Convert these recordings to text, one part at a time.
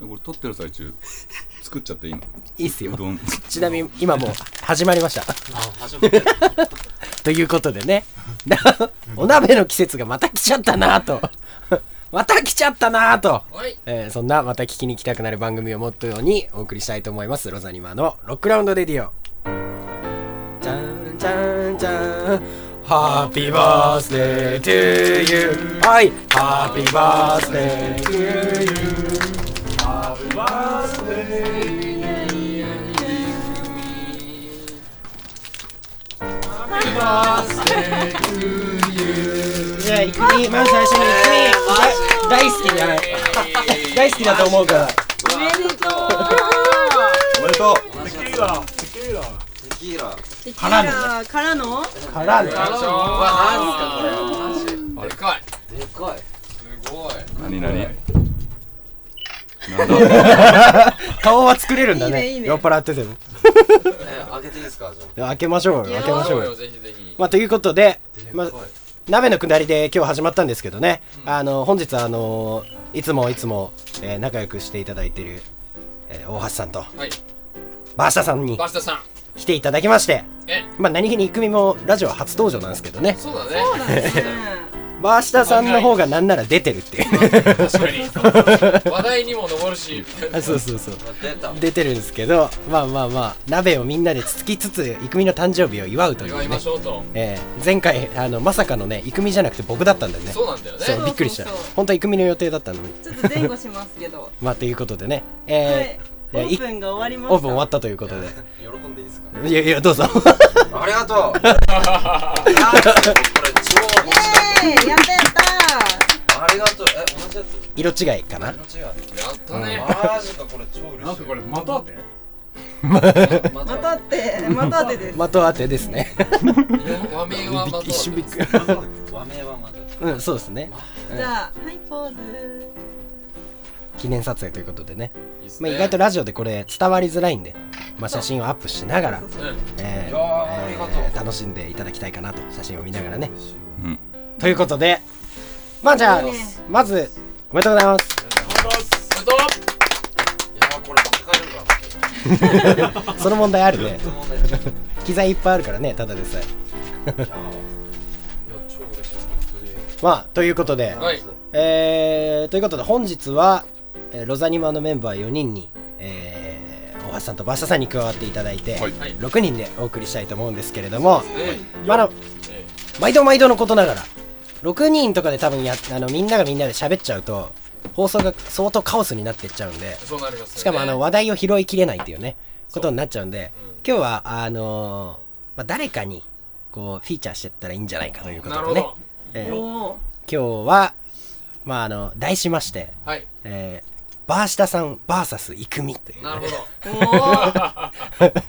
これ撮ってる最 中作っちゃ っていいのいいっすようどんちなみに今もう始まりましたあ初めてということでね お鍋の季節がまた来ちゃったなぁと また来ちゃったなぁと、はいえーそんなまた聞きに来たくなる番組をもっとようにお送りしたいと思いますロザニマのロックラウンドレディオじゃんじゃんじゃんハッピーバースデー to you はいハッピーバースデー to you じゃあ、いくみ、まず最初に、いくみ、大好きじゃ ない。大好きだと思うから。おめでとテキーラからののか らのからね。わなんすかこれでかいでかいすごいう何何なんだ顔は作れるんだね。いいねいいね酔っ払ってても。え開けていいですかじでゃ開けましょうよ、開けましょうよ。ぜひぜひまあ、ということで、まあ、鍋のくだりで今日始まったんですけどね、あの、本日はあのいつもいつも、えー仲良くしていただいている、えー大橋さんと、はい、バーシャさんにバシタさん。来ていただきまして、え、まあ、何気にいくみもラジオ初登場なんですけどね、そうだね。バーシャさんの方がなんなら出てるっていう。確かに。話題にも上るし。あそうそうそう。出た出てるんですけどまあまあまあ鍋をみんなでつつきつつ育美の誕生日を祝うという祝いねましょうと。えー前回あのまさかのね育美じゃなくて僕だったんだよねそうなんだよね。そうそうびっくりしたそうそう本当は育美の予定だったのにちょっと前後しますけどまあということでねはえいーオえーいープンが終わりましたオープン終わったということで喜んでいいですかいやいやどうぞ ありがとうあーこれ超面白イいエーイやったやっありがとうえ同じやつ色違いかな色違いやったね。マジかこれ超嬉しいこれまたってれまたまたたってまたってです的当てですね画面はまびっ一瞬びっくり和名はまたうんそうですねじゃあはいポーズ記念撮影ということでね、いいっすまあ、ね意外とラジオでこれ伝わりづらいんで、まあ、写真をアップしながらそうそううん。えーいやーありがとうえー楽しんでいただきたいかなと写真を見ながらね嬉しいわうんということでまあじゃあいいねまずおめでとうございますおめでというやーこればっかりだその問題あるねと思うんだけどいや機材いっぱいあるからねただでさえーいや超嬉しい本当にまあということで、はい。えー、ということで本日は、えーロザニマのメンバー4人に、えー大橋さんと馬車さんに加わっていただいて、はいはい6人でお送りしたいと思うんですけれども、えまああのえ毎度毎度のことながら6人とかで多分やあのみんながみんなで喋っちゃうと放送が相当カオスになってっちゃうんでそうなりますよね。しかもあの話題を拾いきれないっていうねことになっちゃうんで今日はあのーまあ、誰かにこうフィーチャーしてったらいいんじゃないかというこなとるほでねえど。ーおお今日はまああの題しまして、はい。えーバーシタさん VS イクミというねなるほど。おお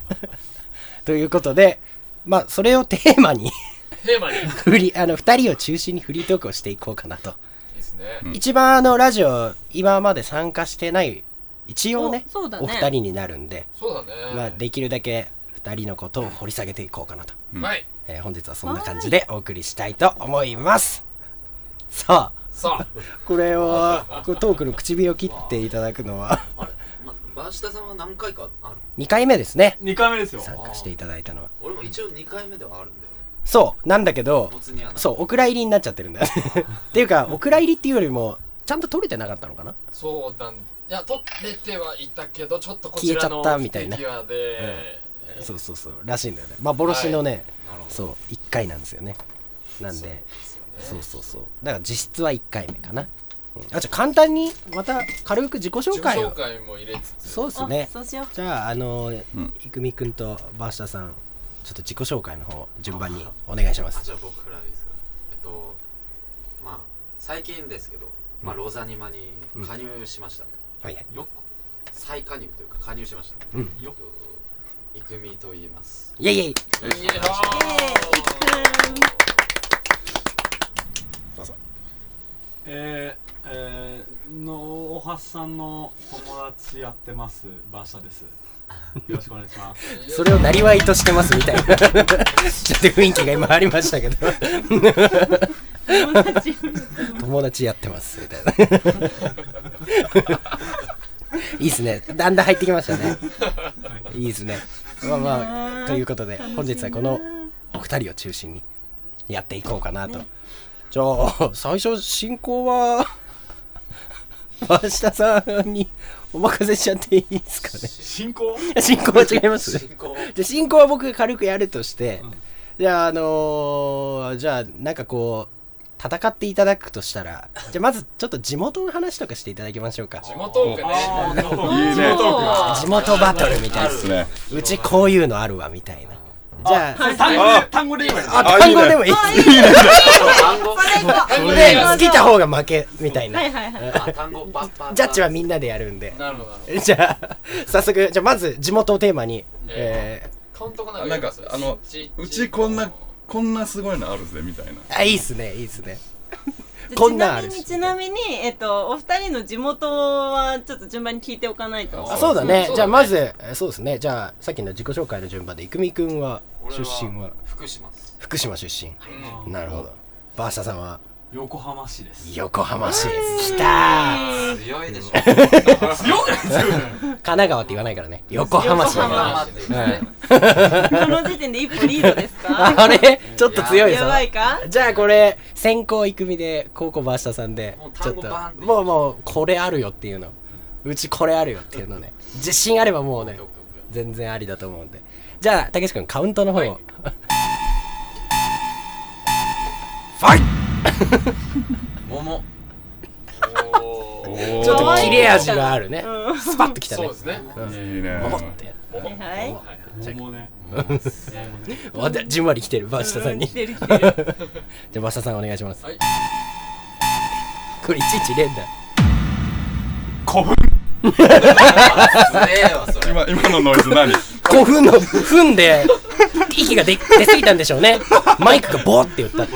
ということでまあそれをテーマに テーマに。いい振りあの2人を中心にフリートークをしていこうかなとですね。うん一番あのラジオ今まで参加してない一応ねおそうだねお二人になるんで、そうまあ、だね。できるだけ二人のことを掘り下げていこうかなと、はい。えー本日はそんな感じでお送りしたいと思いますさあさあ、これはこれトークの唇を切っていただくのはあれ、ま、バーシタさんは何回かある2回目ですね2回目ですよ参加していただいたのは俺も一応2回目ではあるんだよねそうなんだけど没にはなそうお蔵入りになっちゃってるんだよね っていうかお蔵入りっていうよりもちゃんと取れてなかったのかなそうなん。いや、撮れてはいたけど、ちょっとこちらの消えちゃったみたいな不手際で。そうそうそうらしいんだよね幻のね、なるほどそう1回なんですよねなんでそうそうそうだから実質は1回目かな、うんあじゃあ簡単にまた軽く自己紹自己介紹を介も入れつつ。そうですねそうしようじゃああのーうんいくみくんとバーシタさんちょっと自己紹介の方順番にお願いしまあすじゃあ僕からですかえっとまあ最近ですけど、まあ、ロザニマに加入しました、はいはいよっ再加入というか加入しました、うんよっイクミと言いますイエイイエイイエーイえー、えー、の大橋さんの友達やってます馬車ですよろしくお願い しますそれをなりわいとしてますみたいな ちょっと雰囲気が今ありましたけど友達やってますみたいないいっすね。だんだん入ってきましたね。いいっすね。まあまあ、ということで、楽しいな本日はこのお二人を中心にやっていこうかなと。じゃあ、最初進行は、バ下さんにお任せしちゃっていいですかね。進行 進行は違います進行じゃあ進行は僕軽くやるとして、うんじゃああのーじゃあなんかこう戦っていただくとしたらじゃあまずちょっと地元の話とかしていただきましょうか地元トークあねーなるほどいいねあ地元バトルみたいでなすね。うちこういうのあるわみたいなじゃあそれ単語で単語で言えばいいのああ単語でもいいいいね単語それ行こ単う語でで好きた方が負けみたいなはいはいはいあ単語パッパジャッジはみんなでやるんでなるほどなるほじゃあ早速じゃあまず地元をテーマに、ええど監督なんかなんか言いますあのちうちこんなこんなすごいのあるぜみたいな。ーあいいっすねいいっすねこんなんあるしちなみにちなみにえっとお二人の地元はちょっと順番に聞いておかないとあそうだね、そうだねじゃあまずえーそうですねじゃあさっきの自己紹介の順番で郁美くんは俺出身は福島です福島出身あーなるほどバーシャさんは横浜市です横浜市きたー強いでしょ強いですよね神奈川って言わないからね横浜市だ横浜かっていうらね、この時点で一歩リードですか あれちょっと強いぞやばいかじゃあこれ先行郁美で高校バーシャさんでもうちょ単っ語とバーンってもうもうこれあるよっていうのうちこれあるよっていうのね自信あればもうねよく全然ありだと思うんでじゃあたけし君カウントの方を、ファイ桃おーちちょっと切れや味があるね、うんスパッときたそねうですねいいね。思ってはいはいはい桃ねわだじんわり来てるバーシタさんに来じてる来てるゃあバーシタさんお願いしますはいこれいちいち連打古墳すげえわそれ今今のノイズ何？古墳の踏んで息が出出すぎたんでしょうねマイクがボーって言ったって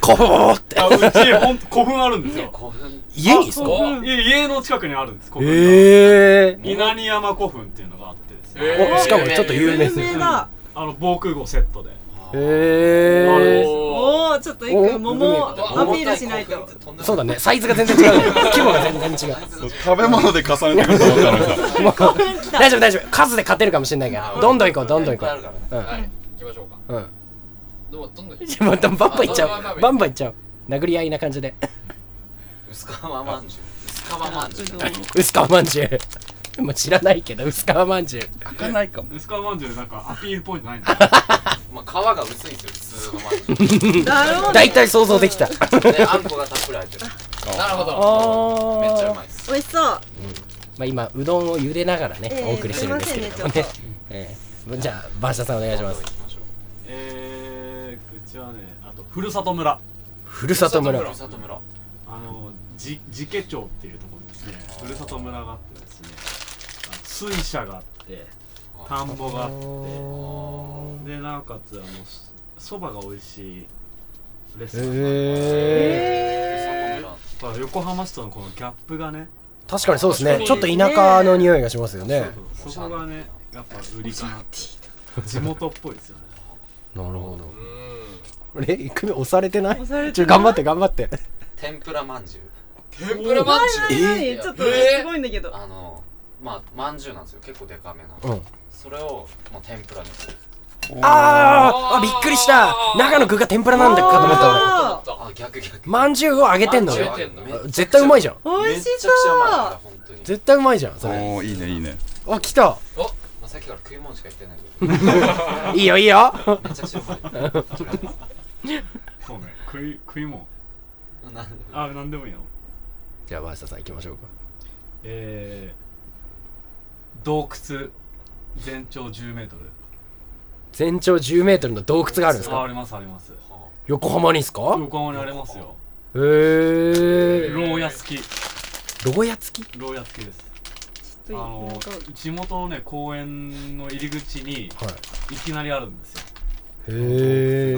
古墳ってあうちほんと古墳あるんですよ古墳家にですかあいや家の近くにあるんです古墳がええ稲荷山古墳っていうのがあってですねえーおしかもちょっと有名有名だあの防空壕セットでへえおーおおちょっと一個桃おアピールしない桃と対古墳ってとんでもないそうだねサイズが全然違う規模が全然違う食べ物で重ねてくると思ったのさ。 もう大丈夫大丈夫数で勝てるかもしれないからどんどん行こうどんどん行こいっぱいあるかううんはい行きましょうかうんどうもどんどんじゃあまたバンバンいっちあゃバンバンバンバうバンンバンいっちゃう殴り合いな感じで薄皮まんじゅう薄皮まんじゅう薄皮まんじゅうもう知らないけど薄皮まんじゅう開かないかも。薄皮まんじゅうなんかアピールポイントないんですかまあ皮が薄いんですよ普通のまんじゅだろうね大体想像できたうであんこがたっぷり入ってるなるほどあめっちゃうーまいです美味しそうまあ今うどんを茹でながらね、えーお送りしてるんですけれどもすいねえーじゃあバーシャさんお願いします行きましょうえー、うちはねあとふるさと村ふるさと村ふるさと村あのじ寺家町っていうところにですねふるさと村があってですねあ水車があって田んぼがあってでなおかつあのそそばが美味しいレストランがあって、えふるさやっぱ横浜市とのこのギャップがねー、確かにそうですね確ちかょっにと田舎の匂いがしますよねそうそこがねやっぱ売りかなって地元っぽいですよねなるほどうん俺いくみ押されてない押されてないちょ頑張って頑張って村天ぷらまんじゅう天ぷらまんじゅう何えーちょっとすごいんだけどあのまあまんじゅうなんですよ結構でかめなうんそれをもう天ぷらにするあーあびっくりした中の具が天ぷらなんだかと思った俺ああ逆逆まんじゅうを揚げてんのねまんじゅうめっちゃ絶対うまいじゃんー美めっ味ちしゃくちそゃうまいからう本当に絶対うまいじゃんそれおおいいねいいね。あ来たまあさっきから食い物しか言ってないけどいいよいいよ めちゃくちゃうまいそうね食い食いもんなんであ何でもいいのじゃあバーシタさん行きましょうかえー、洞窟全長1 0メートル全長1 0ルの洞窟があるんですああかりますあります横浜にですか横浜にありますよへえ牢屋付き牢屋付き牢屋付きですあちょっとなのんか地元のね公園の入り口にはいきなりあるんですよへ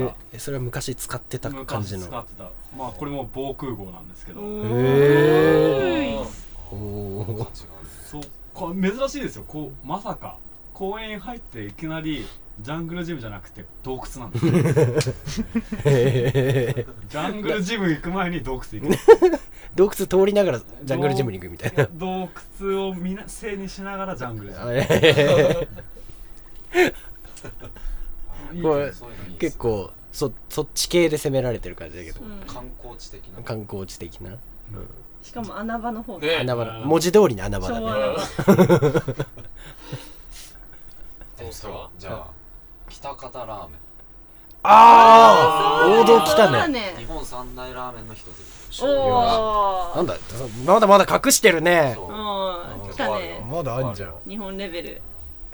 ーえそれは昔使ってた感昔じ使のへってたまあこれも防空壕なんですけどえうんおお違うそうこ珍しいですよこうまさか公園入っていきなりジャングルジムじゃなくて洞窟なんですよジャングルジム行く前に洞窟行く洞窟通りながら ジャングルジムに行くみたい な。洞窟を見なせいにしながらジャングルジムいこれそういうのいいです結ね構そそっち系で攻められてる感じだけどうん観光地的な観光地的なしかも穴場の方ね穴場だ文字通りの穴場だ昭ね和のどうですかじゃあ北方ラーメああ王道来そうただねねン日本三大ラーメンの一つですおなおんだまだまだ隠してるねそううん来たねまだあんじゃん日本レベル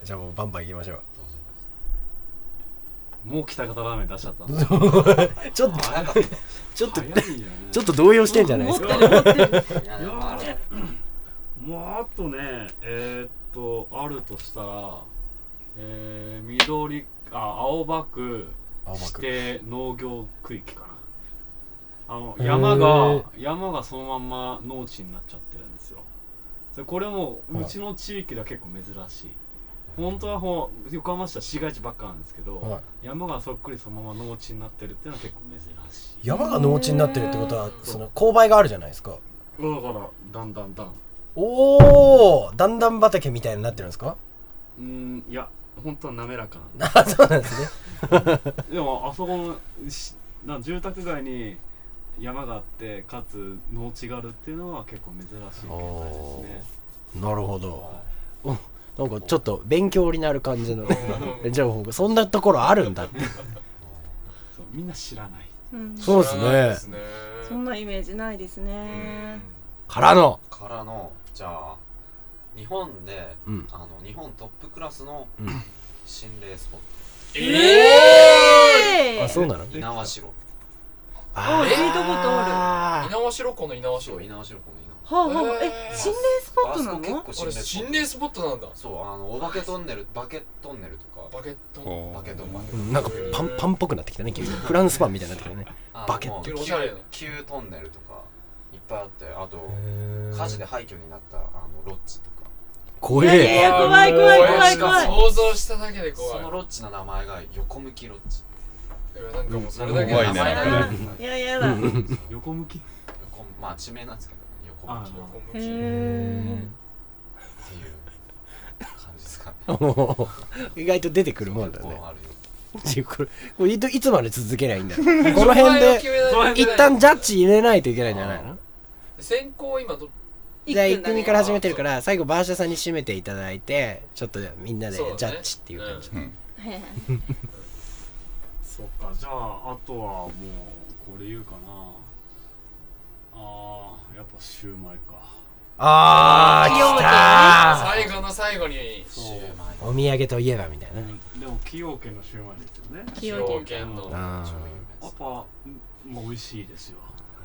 じゃあもうバンバン行きましょうもう北方ラーメン出しちゃったちょっとあなんかいちょっと早いよねちょっと動揺してんじゃないですか持ってる持ってるやでもあれもうあとねえー、っとあるとしたらえー、緑あ青葉区青葉指区定農業区域かなあのへー山が山がそのまんま農地になっちゃってるんですよそれこれもはいうちの地域では結構珍しい本当はほう横浜市は市街地ばっかなんですけど、は山がそっくりそのまま農地になってるっていうのは結構珍しい山が農地になってるってことはその勾配があるじゃないですかだからだんだんだんおおだんだん畑みたいになってるんですかうーんいや本当は滑らかなんだあそうなんですね でもあそこのしな住宅街に山があってかつ農地があるっていうのは結構珍しい現在ですねなるほどおなんかちょっと勉強になる感じの 情報がそんなところあるんだってそうみんな知らないうんそうです知らないでねすねそんなイメージないですねからのからのじゃあ日本で、うんあの日本トップクラスのうん心霊スポッえあそうなのト猪苗代ああ聞いたことあある猪苗代湖の猪そう苗代猪苗代湖の猪はあはあええー心霊スポッあトそなこのあれ結構心心霊ス霊スポットなんだポットそうあのお化けトンネルバケトンネルとかバケットこバケトンバケうトンんなんかパンパンっぽくなってきたね急にフランスパンみたいになってきたねあのバケットもうおしゃれな旧旧トンネルとかいっぱいあってあと火事で廃墟になったあのロッジとか怖いやいえや怖い怖い怖い怖い想像しただけで怖そいのロッジの名前が横向きロッジいやなんかもうそれだけで怖いね名前なんがかいややだへ横向き横まあ地名なんですけどね横向きあっあ横向きえていう感じですかね もう 意外と出てくるもんだ結ね構あるよちこれこれいついつまで続けりゃいいんだろう この辺で一旦ジャッジ入れないといけないんじゃないの先行今どじゃあ一1君だね組から始めてるから最後バーシャさんに締めていただいてちょっとみんなでジャッジっていう感じうんはいはい そっかじゃああとはもうこれ言うかなあーやっぱシューマイかあー来た最後の最後にシューマイーお土産といえばみたいなでも崎陽軒のシューマイですよね崎陽軒軒のあ超有名やでっすぱうんもう美味しいですよ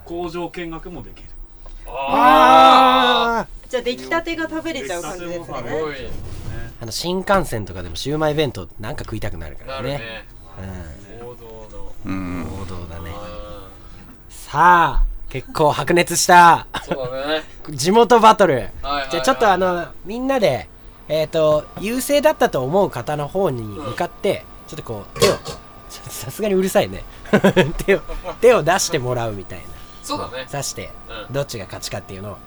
工場見学もできるああじゃあ出来たてが食べれちゃう感じですーねすごいあの新幹線とかでもシウマイ弁当なんか食いたくなるかならるねね王道のうんうん王道だねあさあ結構白熱した ーそうだね地元バトルはいはいはいじゃあちょっとあのみんなでえっ、と優勢だったと思う方の方に向かって、ちょっとこう手をちょっとさすがにうるさいね 手を手を出してもらうみたいそうだねな刺してうどっちが勝ちかっていうのをだか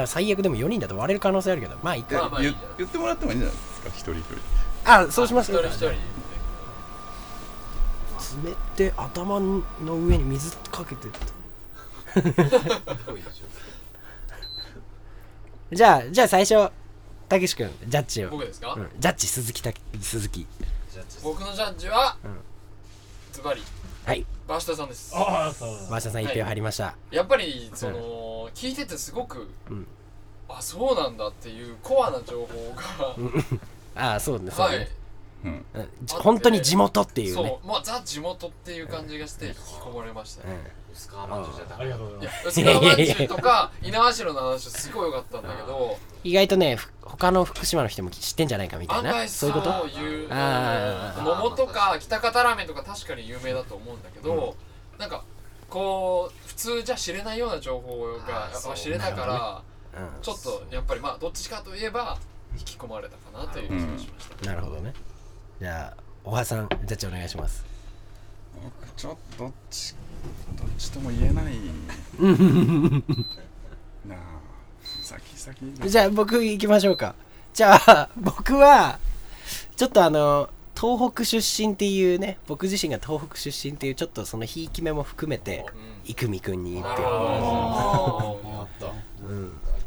ら最悪でも4人だと割れる可能性あるけどまあいっでかまあまあいい言じゃん言ってもらってもいいんじゃないですか一人一人あそうします一人一人爪って頭の上に水かけてすごいでしょじゃあじゃあ最初たけし君ジャッジを、僕ですかうんジャッジ鈴木たけ鈴木じゃあちょっ僕のジャッジはうんズバリはいバシタさんですああそう馬車さん一票入りました、やっぱりその聞いててすごくうんあそうなんだっていうコアな情報ああそうねがそうはね、いうんうんじ本当に地元っていうねそうまあザ地元っていう感じがして引き込まれましたねと薄皮まんじゅうじゃダメがとうございいや薄皮まんじゅうとか猪苗代の話すごい良かったんだけど意外とねふ他の福島の人も知ってんじゃないかみたい案な外そそうういいこううとあー桃とか北方ラーメンとか確かに有名だと思うんだけど、なんかこう普通じゃ知れないような情報があーやっそうぱ知れたなかるら、うちょっとやっぱりまあどっちかといえば引き込まれたかなという気がしました、んなるほどねじゃあおはさんジャッジお願いします僕ちょっとどっちどっちとも言えない なあ先先じゃあ僕行きましょうかじゃあ 僕はちょっとあの東北出身っていうね僕自身が東北出身っていうちょっとそのひいき目も含めてうん生美くんに言っなてるるほどやった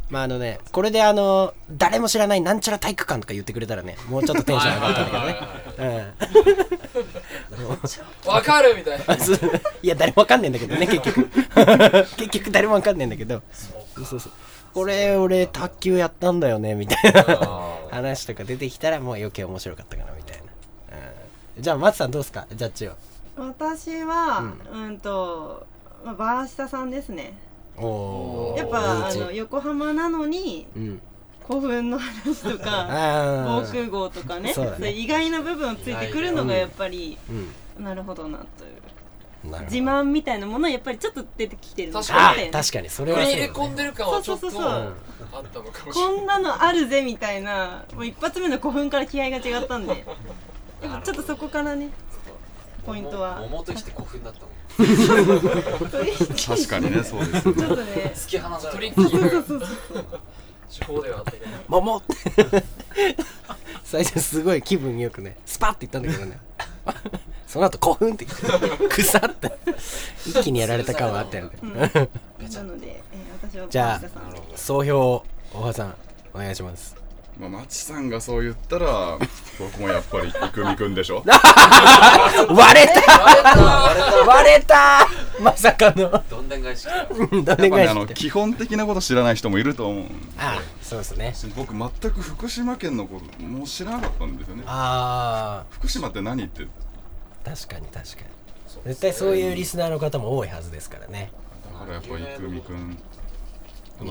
まああのねこれであの誰も知らないなんちゃら体育館とか言ってくれたらねもうちょっとテンション上がったんだけど ねうん わかるみたいなあそう いや誰もわかんねえんだけ どね結局結局誰もわかんねえんだけどそうそう俺俺卓球やったんだよねみたいな話とか出てきたらもう余計面白かったかなみたいな、うん、じゃあ松さんどうですかジャッジは私は、うん、と、まあ、バーシタさんですね。おおーやっぱ、あリーチの、横浜なのに、うん古墳の話とか、 あ防空壕とかね、そうだねそういう意外な部分ついてくるのがやっぱり、あうんなるほどなという。なるほ自ど慢みたいなものはやっぱりちょっと出てきてるの確あかに確かにそれは食そうだい入れね込んでる感はちょっとそうそうそうあそったのかもしれないこんなのあるぜみたいなもう一発目の古墳から気合が違ったんでやっぱちょっとそこからねポイントは桃ときて古墳だったもん好確かにねそうですちょっとねき放さトれるリッキーな手法ではあったけど桃って最初すごい気分よくねスパッて言ったんだけどねその後古墳って言って草って一気にやられた感はあったよね、なので、えー私はじゃあパスタさん総評をおはさんお願いしますまあマチさんがそう言ったら僕もやっぱりイクミくんでし ょ割れた割れたまさかのどんでん返し来やっぱどれたねぐらいあしのて基本的なこと知らない人もいると思うんでああそうですね僕全く福島県のこともう知らなかったんですよねあ福島って何ってあ確かに確かに絶対そういうリスナーの方も多いはずですからねだからやっぱイクミくんね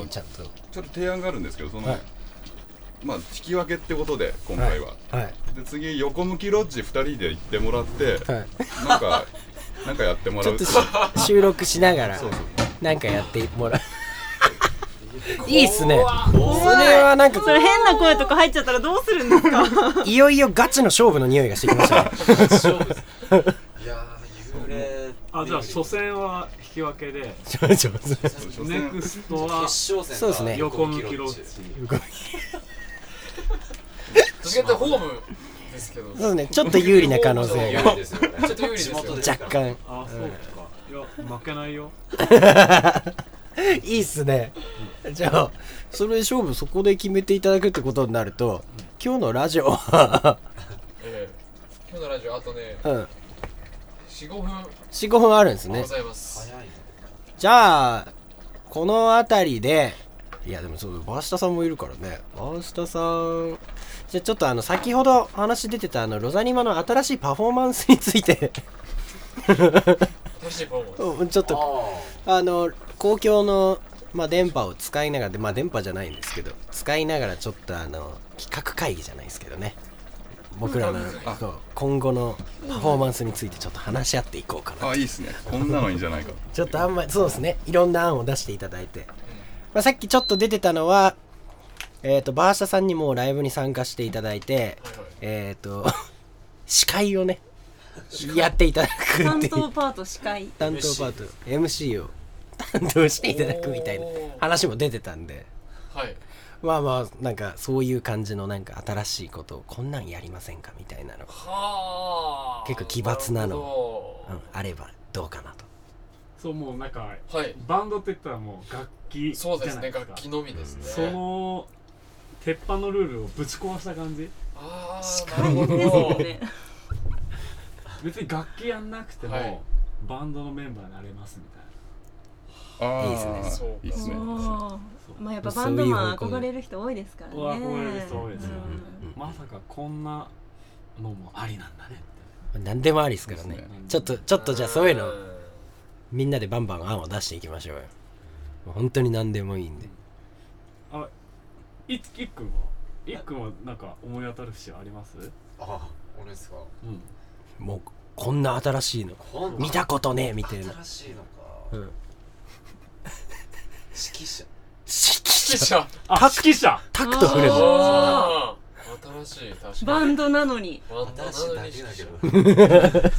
ちゃんとちょっと提案があるんですけどその、はいまあ引き分けってことで今回は、はいで次横向きロッジ2人で行ってもらって、はいなんかなんかやっても ちらょっうとしそう収録しながらそうなんかやってもらう いいっすねそれはなんかそれ変な声とか入っちゃったらどうするんですかいよいよガチの勝負の匂いがしてきま したねいやー幽霊あじゃあ初戦は引き分けでちょちょちょ所詮ネクストは決勝戦そうですね横向きロッジジどっちかっていうとホームですけどそうですねちょっと有利な可能性が有利ですよねちょっと有利ですよ地元ですから若干あそうかいや負けないよいいっすね。じゃあ、それで勝負そこで決めていただくってことになると、今日のラジオは、ええ今日のラジオあとねうん、 45分4、5分あるんですねご。ざいます早いじゃあ、この辺りで、いやでもそう、バーシタさんもいるからね。バーシタさん、じゃあちょっとあの、先ほど話出てたあの、ロザニマの新しいパフォーマンスについて、 楽しいパフォーマンスうんちょっあと、あの、公共の、まあ、電波を使いながらで、まあ、電波じゃないんですけど、使いながらちょっとあの、企画会議じゃないですけどね。僕らの、そう今後のパフォーマンスについてちょっと話し合っていこうかな。あいいっすねこんなのいいんじゃないかちょっとあんまり、そうですね。いろんな案を出していただいて。まあ、さっきちょっと出てたのは、えっ、と、バーシャさんにもうライブに参加していただいて、えっ、と、 司会をね、やっていただくっていう。担当パート司会担当パート MC を担当していただくみたいな話も出てたんではいまあまあなんかそういう感じのなんか新しいことをこんなんやりませんかみたいなのが、はあ結構奇抜なののうん、あればどうかなとそうもうなんかはいバンドって言ったらもう楽器じゃそうなでいですすかね楽器のみですねその鉄板のルールをぶち壊した感じああなるほどです よね別に楽器やんなくても、はいバンドのメンバーになれますみたいなあ いいっすねーそうかいいっおすねーそうまあやっぱバンドマン憧れる人多いですからねそう憧れる人多いですよねうんまさかこんなのもありなんだねっ何でもありですからねそうですねちょっとちょっとじゃあそういうのんみんなでバンバン案を出していきましょうよもう本当に何でもいいんでていっいっくんは一くんはなんか思い当たる節ありますあ俺ですかうんもうこんな新しいのこん見たことねえみたいな新しいのかうん指揮者指揮指揮者者あ指揮者タクト振るのああらしい確かにバンドなのにバンドなのに私だけだ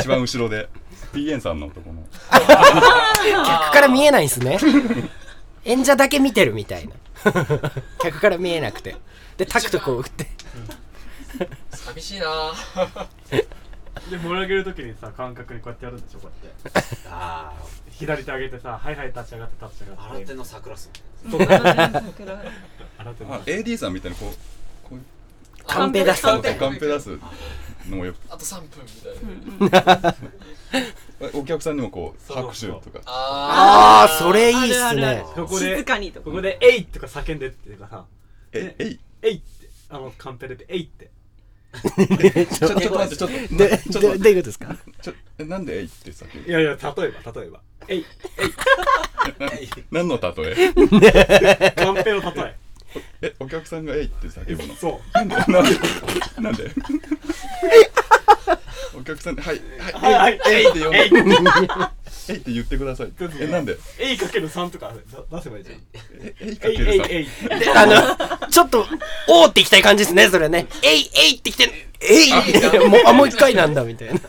一番後ろで PN さんのとこの客から見えないんすね演者だけ見てるみたいな 客から見えなくてでタクトこう打って寂しいなで盛り上げるときにさ感覚にこうやってやるんでしょこうやってあ左手上げてさはいはい立ち上がって立ち上があって新手の桜っすそうだね桜洗ってあ AD さんみたいにこうこうカンペ出すカカンンペペ出すのもよくあと3分みたいな、お客さんにもこうそう拍手とかあああそれいいっすねここ で静かにとこかこで「えい!」とか叫んでっていうかさええい「えい!」ってあのカンペ出て「えい!」ってちょちょっと待ってちょっとでちょっでとどういうことですかちょえなんでえいって叫ぶいやいや例えば例えば「えい!何の例え」カンペの例えお客さんがえいって叫ぶのえそうなんでなんでなんでお客さんではいはいはいはいえいって呼んでえいえいって言ってくださいちょっとえなんでえいかける3とか出せばいいじゃんええいかえけいるえいさえいであのちょっとおーっていきたい感じですねそれねえいえいってきてえいもうあもう一回なんだみたいな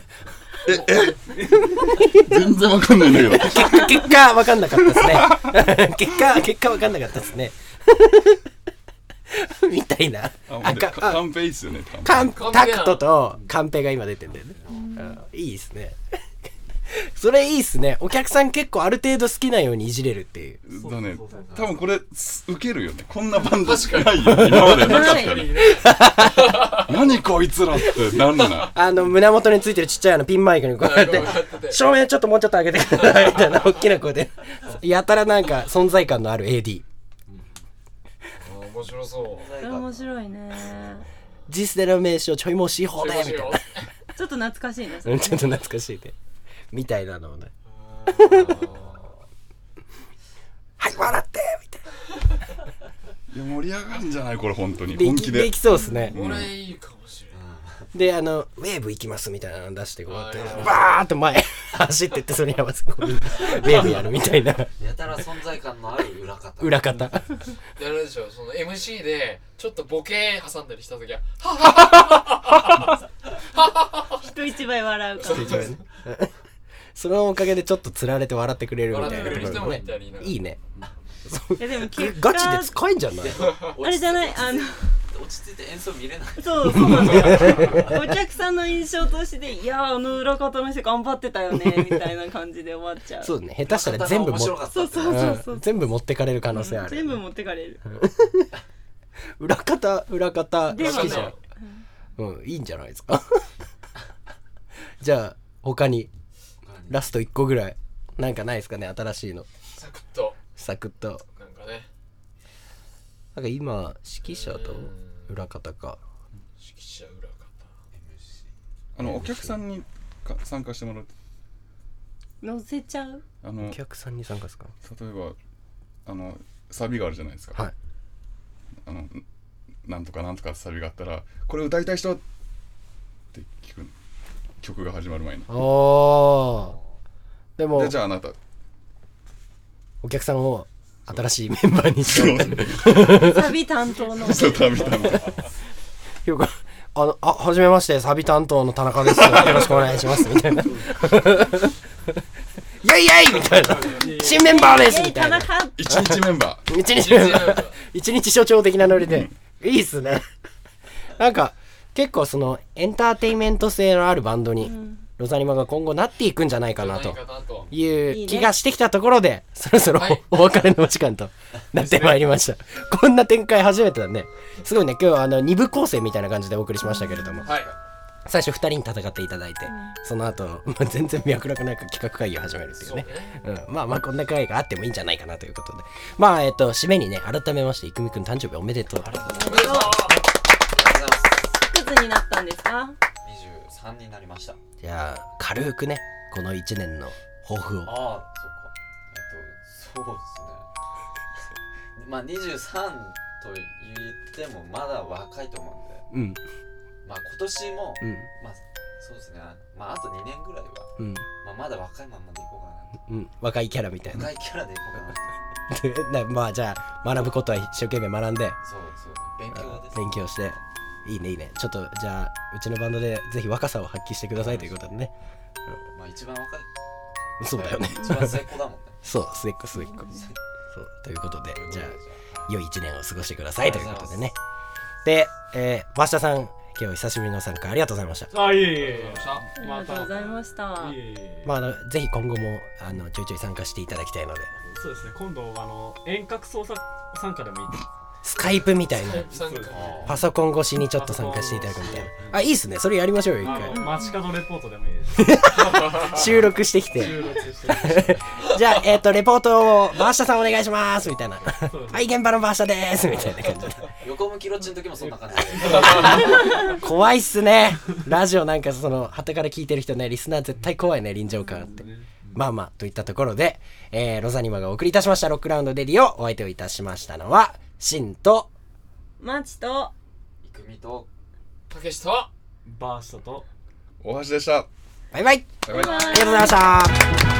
全然わかんないんだけど結果結果分かんなかったですね 結果結果分かんなかったですね みたいなああでかかあカンペいいっすよねカンペカンタクトとカンペが今出てんだよね、うんいいですね それいいっすねお客さん結構ある程度好きなようにいじれるっていうだねそうそうそう多分これす受けるよねこんなバンドしかないよ今までなかったね何こいつらってなん なあの胸元についてるちっちゃいあのピンマイクにこうやって「照明ちょっともうちょっと上げてください」みたいな大きな声でやたらなんか存在感のある AD ー面白そうそれ面白いねジスでの名称ちょいもうし放題面みたい白ないちょっと懐かしいねうんちょっと懐かしいねみたいなのをね「はい笑って!」みたいないや盛り上がるんじゃないこれ本当にで本き気でできそうっすねこれいいかもしれないであのウェーブ行きますみたいなの出してこうやってあーバーッと前 走ってってそれやばすこうみんなウェーブやるみたいなやたら存在感のある裏方裏方であれでしょその MC でちょっとボケ挟んだりした時は人一倍笑うか一番ねそのおかげでちょっとつられて笑ってくれるみたい笑っなてくれると人ころもねいたりなんかいいねらいやでもえ結果ガチで使えんじゃないあれじゃないあの落ち着いて演奏見れないそうそうなんだよお客さんの印象としていやーあの裏方の人頑張ってたよねみたいな感じで終わっちゃうそうね下手したら全部も面白かったそうってそうそうそううん全部持ってかれる可能性あ全部る持ってかれる裏方裏方好ではきねじゃんうんいいんじゃないですか じゃあ他にラスト1個ぐらいなんかないですかね新しいのサクッとサクッとなんかねなんか今指揮者と裏方か指揮者裏方あのお客さんにか参加してもらう乗せちゃうあのお例え客さんに参加ですかばあのサビがあるじゃないですかはいあのなんとかなんとかってサビがあったらこれ歌いたい人って聞くの曲が始まる前におーでもでじゃああなたお客さんを新しいメンバーにし ようってサビ担当 のそう食べたみたいなよくあのあはじめましてサビ担当の田中ですよろしくお願いしますみたいなイェイイェイみたいな新メンバーですえみいた田いな中一日メンバー一日目は一日所長的なノリで、いいっすねなんか結構そのエンターテインメント性のあるバンドに、ロザリマが今後なっていくんじゃないかなと何かなといいうね気がしてきたところでそろそろはいおお別れのお時間となってまいりました、こんな展開初めてだねすごいね今日はあの2部構成みたいな感じでお送りしましたけれどもはい最初2人に戦っていただいて、その後、まあ全然脈絡なく企画会議を始めるっていうそうねねうん、まあまあこんな会があってもいいんじゃないかなということでまあえっと締めにね改めましていくみくん誕生日おめでとうおめでとうありがとうございいくつになったんですかます23になりましたじゃあ軽くねこの1年の抱負をああそっかえっとそうですねまあ23と言ってもまだ若いと思うんでうんまあ今年も、うんまあそうですねまああと2年ぐらいは、うんまあ、まだ若いまんまでいこうかなうん若いキャラみたいな 若いキャラでいこうかなでなまあじゃあ学ぶことは一生懸命学んでそうそう勉強です勉強していいねいいねちょっとじゃあうちのバンドでぜひ若さを発揮してくださいということでねまあ一番若いそうだよね一番成功だもんねそう末っ子末っ子そうということで じゃあ良い一年を過ごしてくださいということでねで、えー、増田さん今日久しぶりの参加ありがとうございましたあいえいえいえありがとうございましたいえいえまああのぜひ今後もあのちょいちょい参加していただきたいのでそうですね今度あの遠隔操作参加でもいいですスカイプみたいな参加パソコン越しにちょっと参加していただくみたいなあいいっすねそれやりましょうよ一あ回の街角レポートでもいいです収録してきて収録してじゃあえっ、とレポートをバーシャさんお願いしますみたいなそうですはい現場のバーシャですみたいな感じで横向きロッチの時もそんな 感じで怖いっすねラジオなんかその旗から聞いてる人ねリスナー絶対怖いね臨場感あってまあまあといったところで、えーロザニマがお送りいたしましたロックラウンドデリをお相手をいたしましたのはシンとマチと郁美とたけしとバーストと大橋でしたバイバイバイバイありがとうございました